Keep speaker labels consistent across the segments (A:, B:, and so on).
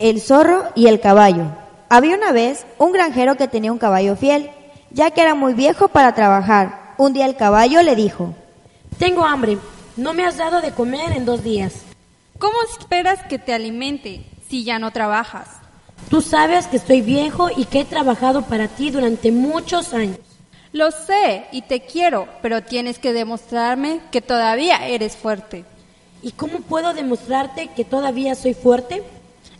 A: El zorro y el caballo. Había una vez un granjero que tenía un caballo fiel, ya que era muy viejo para trabajar. Un día el caballo le dijo,
B: Tengo hambre. No me has dado de comer en dos días.
C: ¿Cómo esperas que te alimente si ya no trabajas?
B: Tú sabes que estoy viejo y que he trabajado para ti durante muchos años.
C: Lo sé y te quiero, pero tienes que demostrarme que todavía eres fuerte.
B: ¿Y cómo puedo demostrarte que todavía soy fuerte?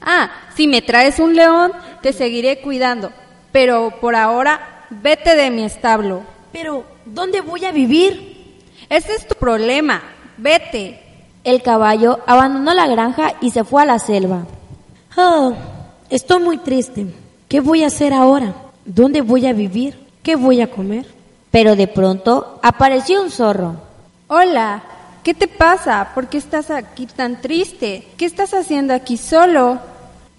C: Ah, si me traes un león, te seguiré cuidando, pero por ahora vete de mi establo.
B: Pero, ¿dónde voy a vivir?
C: Ese es tu problema, vete.
A: El caballo abandonó la granja y se fue a la selva.
B: Oh, estoy muy triste. ¿Qué voy a hacer ahora? ¿Dónde voy a vivir? ¿Qué voy a comer?
A: Pero de pronto apareció un zorro.
C: Hola, ¿qué te pasa? ¿Por qué estás aquí tan triste? ¿Qué estás haciendo aquí solo?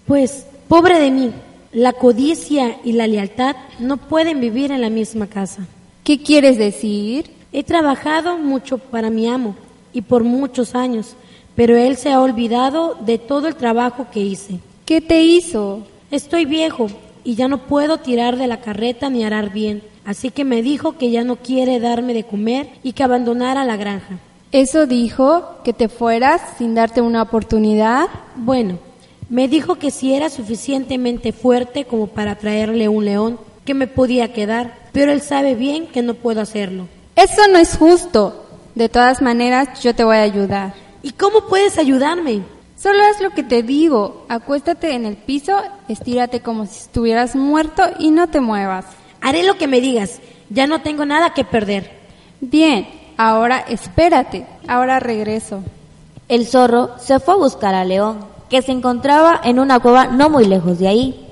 B: Pues, pobre de mí, la codicia y la lealtad no pueden vivir en la misma casa.
C: ¿Qué quieres decir?
B: He trabajado mucho para mi amo y por muchos años, pero él se ha olvidado de todo el trabajo que hice.
C: ¿Qué te hizo?
B: Estoy viejo y ya no puedo tirar de la carreta ni arar bien, así que me dijo que ya no quiere darme de comer y que abandonara la granja.
C: ¿Eso dijo que te fueras sin darte una oportunidad?
B: Bueno, me dijo que si era suficientemente fuerte como para traerle un león, que me podía quedar, pero él sabe bien que no puedo hacerlo.
C: Eso no es justo. De todas maneras, yo te voy a ayudar.
B: ¿Y cómo puedes ayudarme?
C: Solo haz lo que te digo. Acuéstate en el piso, estírate como si estuvieras muerto y no te muevas.
B: Haré lo que me digas. Ya no tengo nada que perder.
C: Bien, ahora espérate. Ahora regreso.
A: El zorro se fue a buscar a León, que se encontraba en una cueva no muy lejos de ahí.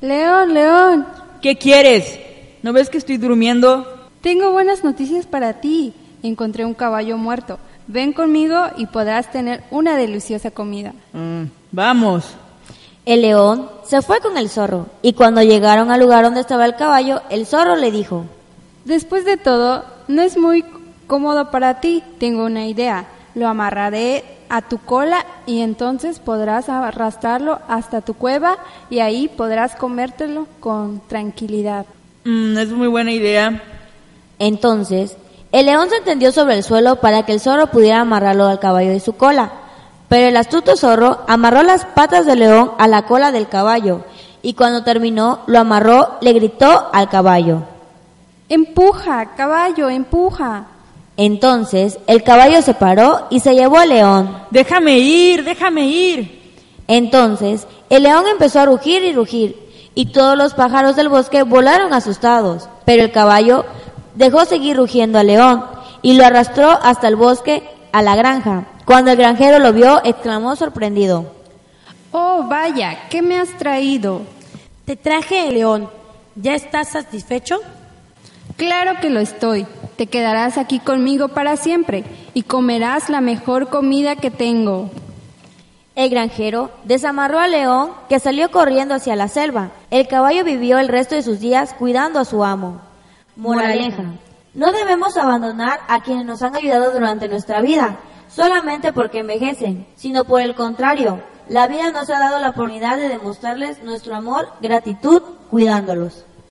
C: León, León,
D: ¿Qué quieres? ¿No ves que estoy durmiendo?
C: tengo buenas noticias para ti. Encontré un caballo muerto. Ven conmigo y podrás tener una deliciosa comida.
D: Mm, vamos.
A: El león se fue con el zorro y cuando llegaron al lugar donde estaba el caballo, el zorro le dijo,
C: Después de todo, no es muy cómodo para ti. Tengo una idea. Lo amarraré a tu cola y entonces podrás arrastrarlo hasta tu cueva y ahí podrás comértelo con tranquilidad.
D: Mm, es muy buena idea.
A: Entonces, el león se tendió sobre el suelo para que el zorro pudiera amarrarlo al caballo de su cola. Pero el astuto zorro amarró las patas del león a la cola del caballo y cuando terminó lo amarró, le gritó al caballo.
C: Empuja, caballo, empuja.
A: Entonces el caballo se paró y se llevó al león.
D: Déjame ir, déjame ir.
A: Entonces el león empezó a rugir y rugir y todos los pájaros del bosque volaron asustados. Pero el caballo dejó seguir rugiendo al león y lo arrastró hasta el bosque a la granja. Cuando el granjero lo vio, exclamó sorprendido.
C: Oh, vaya, ¿qué me has traído?
B: Te traje el león. ¿Ya estás satisfecho?
C: Claro que lo estoy. Te quedarás aquí conmigo para siempre y comerás la mejor comida que tengo.
A: El granjero desamarró al león que salió corriendo hacia la selva. El caballo vivió el resto de sus días cuidando a su amo.
E: Moraleja.
A: No debemos abandonar a quienes nos han ayudado durante nuestra vida, solamente porque envejecen, sino por el contrario, la vida nos ha dado la oportunidad de demostrarles nuestro amor, gratitud, cuidándolos.